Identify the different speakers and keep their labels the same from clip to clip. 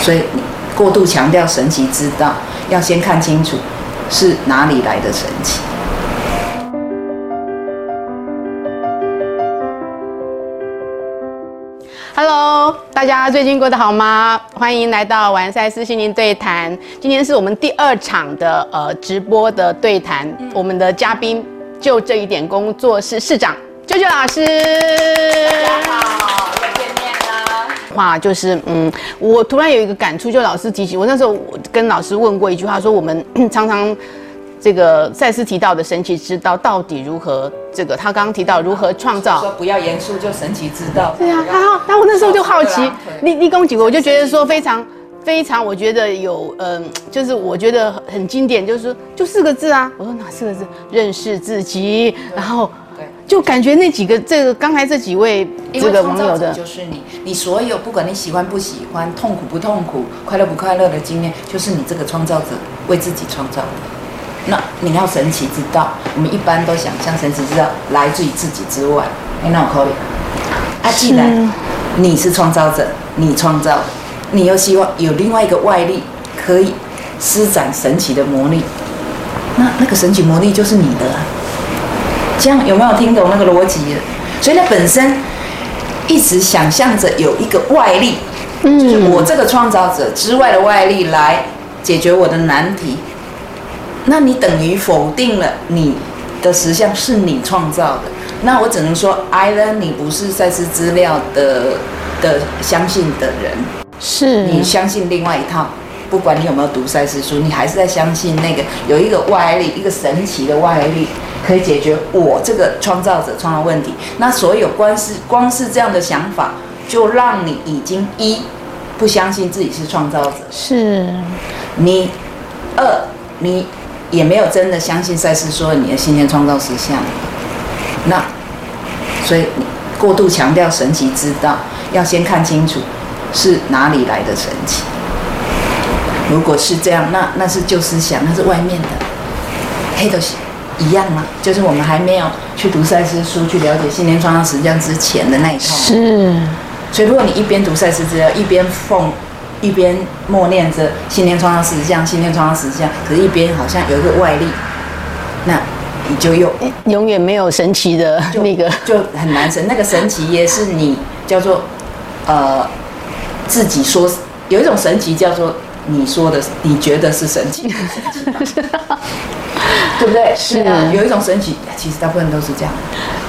Speaker 1: 所以过度强调神奇之道，要先看清楚是哪里来的神奇。
Speaker 2: Hello，大家最近过得好吗？欢迎来到完赛斯心灵对谈。今天是我们第二场的呃直播的对谈，我们的嘉宾就这一点工作室市长啾啾老师。
Speaker 3: 好，又见面啦！
Speaker 2: 话就是，嗯，我突然有一个感触，就老师提起我那时候我跟老师问过一句话，说我们 常常这个赛斯提到的神奇之道到底如何？这个他刚刚提到如何创造
Speaker 1: 说不要严肃，就神奇之道。
Speaker 2: 对啊，
Speaker 1: 不要
Speaker 2: 然后，然后我那时候就好奇
Speaker 1: 翘二郎，腿
Speaker 2: 立立功几个，我就觉得说非常非常，我觉得有嗯、就是我觉得很经典，就是说就四个字啊。我说哪四个字？认识自己。然后
Speaker 1: 对
Speaker 2: 就感觉那几个这个刚才这几位
Speaker 1: 因
Speaker 2: 这
Speaker 1: 为
Speaker 2: 个
Speaker 1: 创
Speaker 2: 网
Speaker 1: 造
Speaker 2: 友
Speaker 1: 者
Speaker 2: 的，
Speaker 1: 就是你，你所有不管你喜欢不喜欢、痛苦不痛苦、快乐不快乐的经验，就是你这个创造者为自己创造的。那你要神奇之道，我们一般都想象神奇之道来自于自己之外，哎，那我可以。啊，既然你是创造者，你创造，你又希望有另外一个外力可以施展神奇的魔力，那那个神奇魔力就是你的、啊。这样有没有听懂那个逻辑了？所以它本身一直想象着有一个外力，就是我这个创造者之外的外力来解决我的难题。那你等于否定了你的实相是你创造的。那我只能说，I l e n 你不是赛事资料的的相信的人，
Speaker 2: 是
Speaker 1: 你相信另外一套，不管你有没有读赛事书，你还是在相信那个有一个外力，一个神奇的外力可以解决我这个创造者创造问题。那所有光是光是这样的想法，就让你已经一不相信自己是创造者，
Speaker 2: 是
Speaker 1: 你二你也没有真的相信赛斯说你的信念创造实相，那所以你过度强调神奇之道，要先看清楚是哪里来的神奇。如果是这样，那那是旧思想，那是外面的，黑的一样嘛，就是我们还没有去读赛斯书去了解信念创造实相之前的那一套。
Speaker 2: 是
Speaker 1: 所以，如果你一边读赛事资料，一边奉，一边默念着信念创造实相，信念创造实相，可是一边好像有一个外力，那你就又
Speaker 2: 永远没有神奇的
Speaker 1: 就
Speaker 2: 那个
Speaker 1: 就很难神。那个神奇也是你叫做呃自己说，有一种神奇叫做你说的，你觉得是神 奇，对不对？
Speaker 2: 是
Speaker 1: 对啊，有一种神奇，其实大部分都是这样。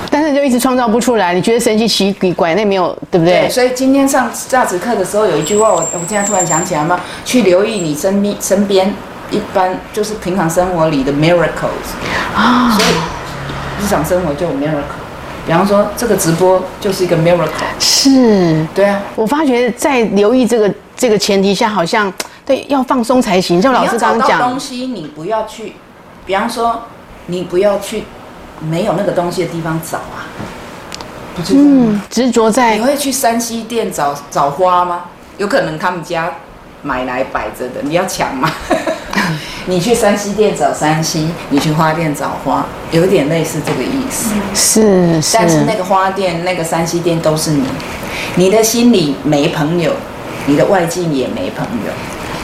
Speaker 2: 但是就一直创造不出来。你觉得神奇奇怪，那没有对不对？
Speaker 1: 所以今天上价值课的时候有一句话，我我现在突然想起来嘛，去留意你身边身边一般就是平常生活里的 miracles 啊，所以日常生活就有 miracle。比方说，这个直播就是一个 miracle，
Speaker 2: 是。
Speaker 1: 对啊。
Speaker 2: 我发觉在留意这个这个前提下，好像对要放松才行。像老师刚
Speaker 1: 你要
Speaker 2: 刚
Speaker 1: 找到
Speaker 2: 讲
Speaker 1: 东，西，你不要去，比方说，你不要去没有那个东西的地方找啊，不是这样吗
Speaker 2: 嗯，执着在
Speaker 1: 你会去山西店找找花吗？有可能他们家买来摆着的，你要抢吗？你去山西店找山西，你去花店找花，有点类似这个意思。
Speaker 2: 是是
Speaker 1: 但是那个花店、那个山西店都是你，你的心里没朋友，你的外境也没朋友，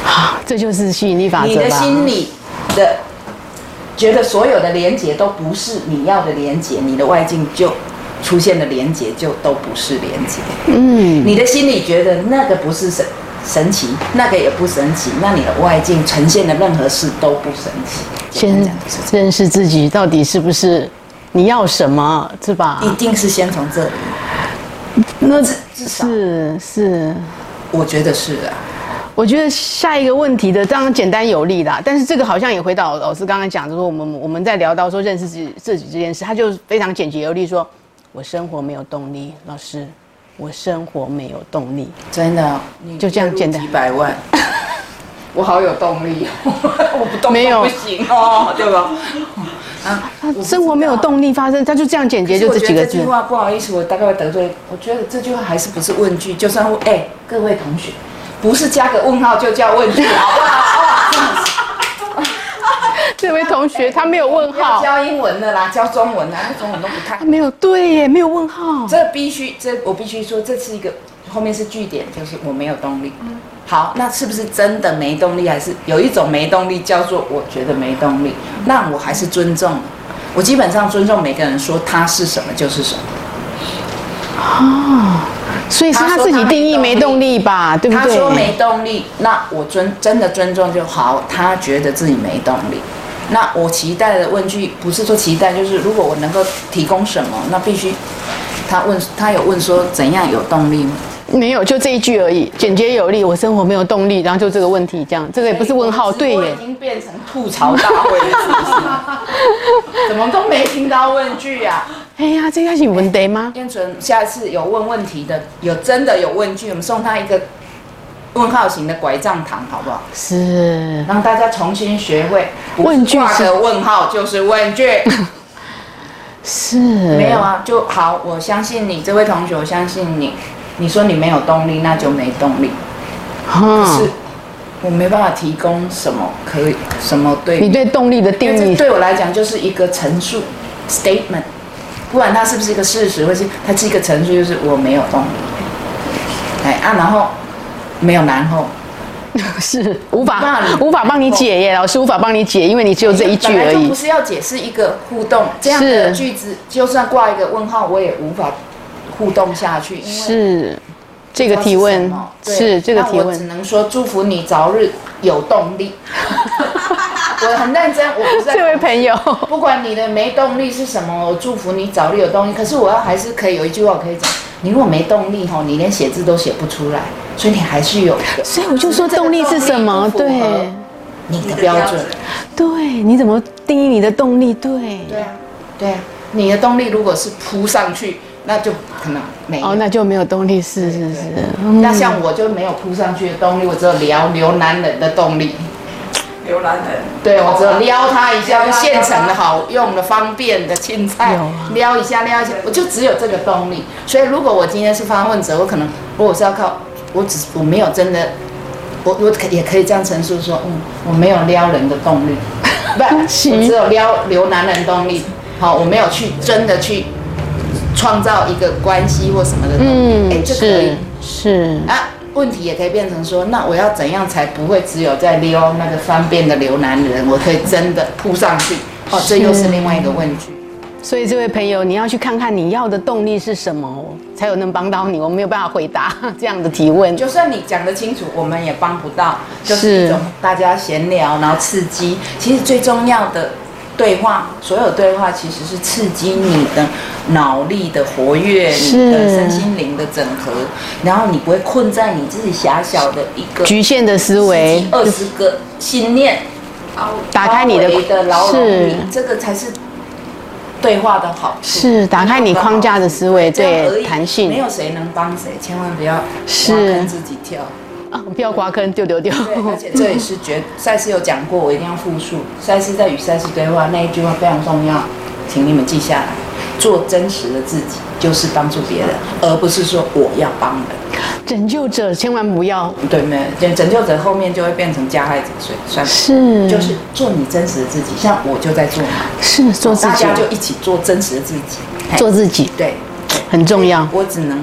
Speaker 2: 啊，这就是吸引力法
Speaker 1: 你
Speaker 2: 则
Speaker 1: 的
Speaker 2: 吧？
Speaker 1: 心里的觉得所有的连结都不是你要的连结，你的外境就出现的连结就都不是连结。
Speaker 2: 嗯，
Speaker 1: 你的心里觉得那个不是神神奇，那个也不神奇，那你的外境呈现的任何事都不神奇。简单
Speaker 2: 先
Speaker 1: 讲就是这
Speaker 2: 认识自己到底是不是你要什么，是吧？
Speaker 1: 样，一定是先从这里。
Speaker 2: 啊那
Speaker 1: 至至少
Speaker 2: 是是。
Speaker 1: 我觉得是啊，
Speaker 2: 我觉得下一个问题的当然简单有力啦，但是这个好像也回到老师刚刚讲，就是我们我们在聊到说认识自己自己这件事，他就非常简洁有力说，我生活没有动力，老师，我生活没有动力，
Speaker 1: 真的，你
Speaker 2: 啊就这样简单
Speaker 1: 月入几百 万，我好有动力， 我不动
Speaker 2: 没有
Speaker 1: 都不行哦，对吧？啊，
Speaker 2: 他生活没有动力发生，他就这样简洁，
Speaker 1: 其实我
Speaker 2: 就这
Speaker 1: 觉
Speaker 2: 几
Speaker 1: 得
Speaker 2: 个
Speaker 1: 这句
Speaker 2: 字。
Speaker 1: 话不好意思，我大概会得罪。我觉得这句话还是不是问句，就算问哎、各位同学，不是加个问号就叫问 句，好不好？
Speaker 2: 这位同学他没有问
Speaker 1: 不要
Speaker 2: 号，
Speaker 1: 教英文的啦，教中
Speaker 2: 嗯
Speaker 1: 文啦，那中文都不看
Speaker 2: 他。没有对耶，没有问号，
Speaker 1: 这必须，这我必须说，这是一个后面是句点，就是我没有动力。好，那是不是真的没动力，还是有一种没动力叫做我觉得没动力？那我还是尊重，我基本上尊重每个人说他是什么就是什么。
Speaker 2: 所以是
Speaker 1: 他
Speaker 2: 他
Speaker 1: 说
Speaker 2: 自己
Speaker 1: 他没
Speaker 2: 定义
Speaker 1: 动
Speaker 2: 没
Speaker 1: 力
Speaker 2: 动力吧，对不
Speaker 1: 他
Speaker 2: 对？
Speaker 1: 说没动力，那我尊真的尊重就好。他觉得自己没动力，那我期待的问句不是说期待，就是如果我能够提供什么，那必须。他问他有问说怎样有动力吗？
Speaker 2: 没有，就这一句而已，简洁有力。我生活没有动力，然后就这个问题，这样这个也不是问号，对
Speaker 1: 我
Speaker 2: 耶
Speaker 1: 已。经变成吐槽大会了，是不 是？怎么都没听到问句啊？
Speaker 2: 哎呀，这要是文得吗？
Speaker 1: 燕纯，下次有问问题的，有真的有问句，我们送他一个问号型的拐杖糖，好不好？
Speaker 2: 是，
Speaker 1: 让大家重新学会
Speaker 2: 问句是
Speaker 1: 挂个问号就是问 句，
Speaker 2: 是，
Speaker 1: 没有啊，就好。我相信你，这位同学，我相信你。你说你没有动力，那就没动力。
Speaker 2: 哈，
Speaker 1: 是，我没办法提供什么可以什么对
Speaker 2: 你对动力的定
Speaker 1: 因为
Speaker 2: 义
Speaker 1: 这对我来讲就是一个陈述 statement，不管它是不是一个事实，或是它是一个陈述，就是我没有动力，哎啊，然后没有然后，
Speaker 2: 是无
Speaker 1: 没
Speaker 2: 法
Speaker 1: 办法
Speaker 2: 无法帮你解耶，老师无法帮你解，因为你只有这一句
Speaker 1: 本来
Speaker 2: 而
Speaker 1: 哦哎就
Speaker 2: 已
Speaker 1: 不。是要解释一个互动这样的
Speaker 2: 是
Speaker 1: 句子，就算挂一个问号，我也无法互动下去，因为
Speaker 2: 是这
Speaker 1: 这
Speaker 2: 个提问，是这个提
Speaker 1: 我只
Speaker 2: 问。
Speaker 1: 能说祝福你早日有动力。 我很认真，我不 是在
Speaker 2: 这位朋友，
Speaker 1: 不管你的没动力是什么，我祝福你早日有动力。可是我要还是可以有一句话我可以讲：你如果没动力吼，你连写字都写不出来，所以你还是有一个
Speaker 2: 所以我就说动力是什么？
Speaker 1: 这个动力不符合
Speaker 2: 对，
Speaker 1: 你的标准。
Speaker 2: 对，你怎么定义你的动力？对，
Speaker 1: 对啊，对啊，你的动力如果是扑上去，那就可能没有。
Speaker 2: 哦，那就没有动力，是是是。嗯
Speaker 1: 那像我就没有扑上去的动力，我只有撩刘男人的动力。
Speaker 3: 浏览人，
Speaker 1: 对，我只有撩他一下，现成的好用的、方便的青菜
Speaker 2: 有啊，
Speaker 1: 撩一下、撩一下，我就只有这个动力。所以，如果我今天是发问者，我可能如果是要靠，我只我没有真的，我我可也可以这样陈述说，嗯，我没有撩人的动力， 不，我只有撩留男人动力。好，我没有去真的去创造一个关系或什么的动力，哎、
Speaker 2: 嗯，
Speaker 1: 这可以
Speaker 2: 是。是，
Speaker 1: 啊，问题也可以变成说，那我要怎样才不会只有在撩那个方便的流男人，我可以真的扑上去？哦，这又是另外一个问题。
Speaker 2: 所以这位朋友，你要去看看你要的动力是什么哦，才有能帮到你。我没有办法回答 这样的提问。
Speaker 1: 就算你讲得清楚，我们也帮不到，就是
Speaker 2: 是
Speaker 1: 一种大家闲聊，然后刺激。其实最重要的对话，所有对话其实是刺激你的脑力的活跃，你的
Speaker 2: 是
Speaker 1: 身心灵的整合，然后你不会困在你自己狭小的一个
Speaker 2: 局限的思维，
Speaker 1: 二十个信念。
Speaker 2: 打开你的
Speaker 1: 包围的牢笼里
Speaker 2: 是，
Speaker 1: 这个才是对话的好处。
Speaker 2: 是打开你框架的思维，
Speaker 1: 这样而
Speaker 2: 对
Speaker 1: 已
Speaker 2: 弹
Speaker 1: 没
Speaker 2: 性
Speaker 1: 有谁能帮谁，千万不要
Speaker 2: 是
Speaker 1: 挖坑自己跳。
Speaker 2: 啊，不要刮坑丢丢丢。
Speaker 1: 对，而且这也是绝赛斯有讲过，我一定要复述。赛斯在与赛斯对话那一句话非常重要，请你们记下来。做真实的自己，就是帮助别人，
Speaker 2: 嗯
Speaker 1: 而不是说我要帮人。
Speaker 2: 拯救者千万不要
Speaker 1: 对没有？就拯救者后面就会变成加害者，所以算了
Speaker 2: 是
Speaker 1: 就是做你真实的自己。像我就在做嘛，
Speaker 2: 哦是做自
Speaker 1: 大
Speaker 2: 己
Speaker 1: 家，就一起做真实的自己。嘿
Speaker 2: 做自己
Speaker 1: 对，
Speaker 2: 很重要。
Speaker 1: 我只能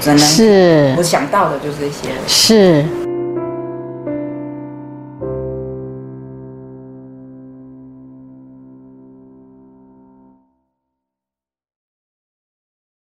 Speaker 1: 只能
Speaker 2: 哦是
Speaker 1: 我想到的就是这些了。
Speaker 2: 是，